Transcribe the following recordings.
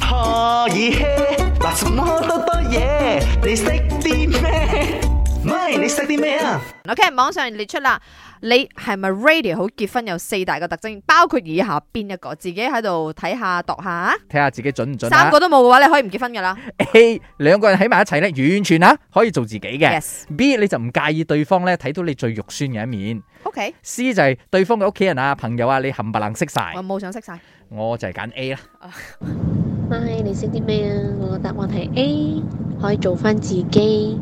可以嘿，嗱什麼多多嘢，你識啲咩？咪你識啲咩啊？ OK，網上列出啦，你係咪 radio 好結婚有四大嘅特徵，包括以下邊一個？自己喺度睇下度下啊，睇下自己準唔準三啦個。都冇嘅話，你可以唔結婚噶啦。 A 兩個人喺埋一齊咧，完全啊可以做自己嘅。 Yes，OK， B 你就唔介意對方咧睇到你最肉酸嘅一面。C 就係對方嘅屋企人啊、朋友啊，你冚唪唥識晒我。冇想識晒。我就係揀 A 啦。咪你識啲咩啊？我個答案係 A，可以做翻自己。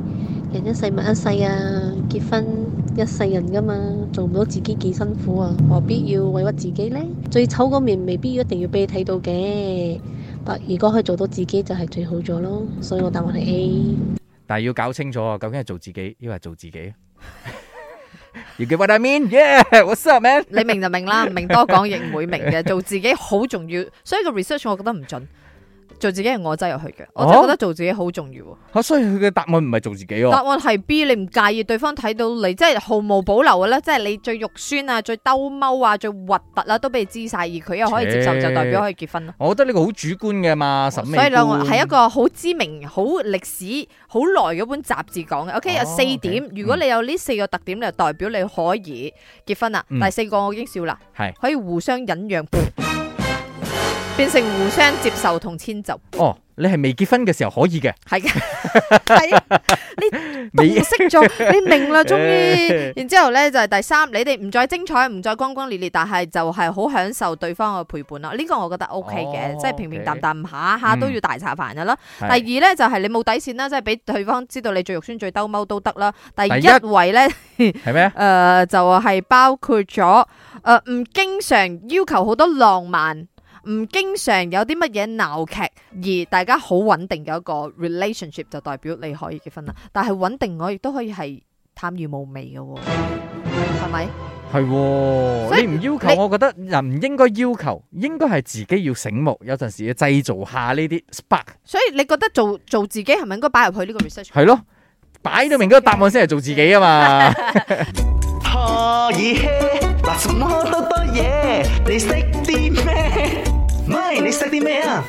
人一世物一世啊，結婚一世人噶嘛，做唔到自己幾辛苦啊，何必要委屈自己呢？最醜嗰面未必一定要俾你睇到嘅，但如果可以做到自己就係最好咗咯。所以我答案係 A。但係要搞清楚啊，究竟係做自己，抑或係做自己 ？You get what I mean? Yeah, what's up, man? 你明就明 啦，唔明多講亦唔會明嘅。做自己好重要，所以個 research 我覺得唔準。做自己係我擠入去嘅，哦我真係覺得做自己好重要喎。啊，所以佢嘅答案唔係做自己答喎。案係 B，你唔介意對方睇到你，即係毫無保留嘅咧，即係你最肉酸啊、最兜踎啊、最核突啦，都俾你知晒，而佢又可以接受，切就代表可以結婚咯。我覺得呢個好主觀嘅嘛，審美所以咧，我觀係一個好知名、好歷史、好耐嗰本雜誌講嘅。OK，哦有四 OK，點，如嗯果你有呢四個特點，你就代表你可以結婚啦。嗯第四個我已經笑啦，係可以互相忍讓，變成互相接受同遷就，哦，你係未結婚嘅時候可以嘅， 係 嘅，係啊未你識 咗，你明啦，終於誒。然之後咧就係第三，你哋唔再精彩，唔再光光烈烈，但係就係好享受對方嘅陪伴啦。呢個我覺得 O K 嘅，哦即係平平淡 OK 淡，下下都嗯要大茶飯噶啦。第二係咧就係你冇底線啦，即係俾對方知道你最肉酸、最兜踎都得啦。第第一一位咧，係咩？啊誒就係包括咗誒唔經常要求好多浪漫。唔經常有啲乜嘢鬧劇，而大家好穩定嘅一個 relationship 就代表你可以結婚啦。但係穩定我亦都可以係淡而無味嘅喎，係咪？係所喎，以你唔要你求，我覺得人唔應該要求，應該係自己要醒目，有陣時要製造下呢啲 spark，所以你覺得做做自己係咪應該擺入去呢個 research？係咯，擺到明嗰個答案先係做自己啊嘛。可以嘿，嗱什麼多多嘢，你識啲咩？咪你識啲咩啊？